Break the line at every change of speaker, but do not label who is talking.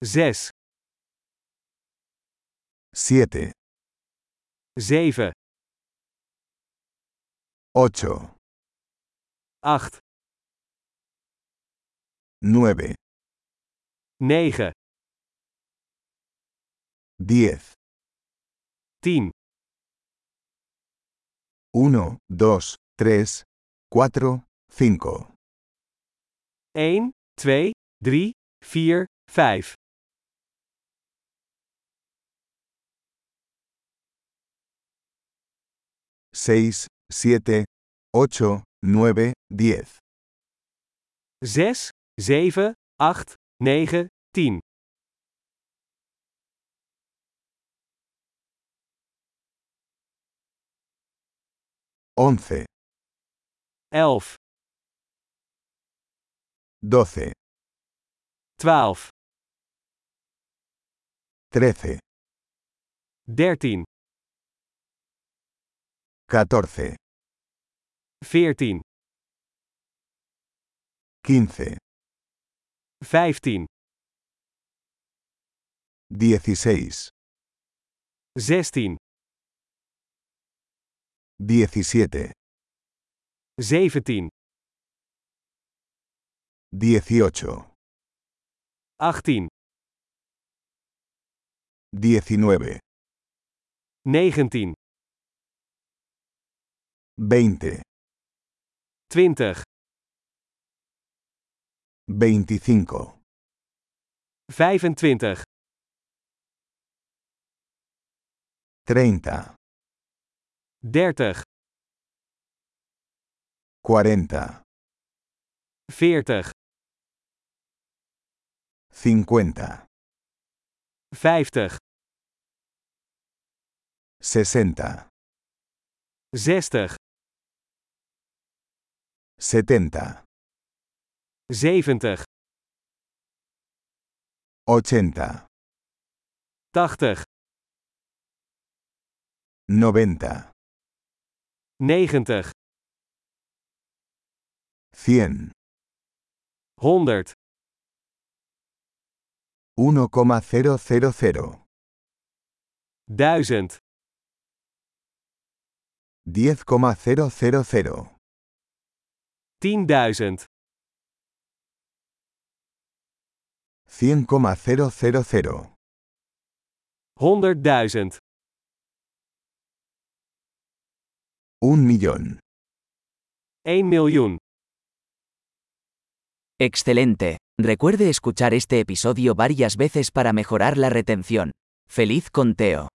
6,
7,
7,
8,
8,
9,
9,
10,
10,
1, 2, 3, 4, 5,
1, 2, 3, 4, 5,
6, 7, 8, 9, 10,
6, 7, 8, 9, 10,
11,
11,
12,
12,
13,
13,
14,
14,
15,
15,
16,
16,
17, 18,
17, 18,
19,
19,
20,
20,
25,
25,
30,
30,
40,
40,
50,
50,
60,
60,
70,
70,
80,
80,
90,
90,
100,
100,
1,000,
1000,
10,000,
10.000,
100,000,
100.000,
1 millón.
1 miljoen.
Excelente. Recuerde escuchar este episodio varias veces para mejorar la retención. ¡Feliz conteo!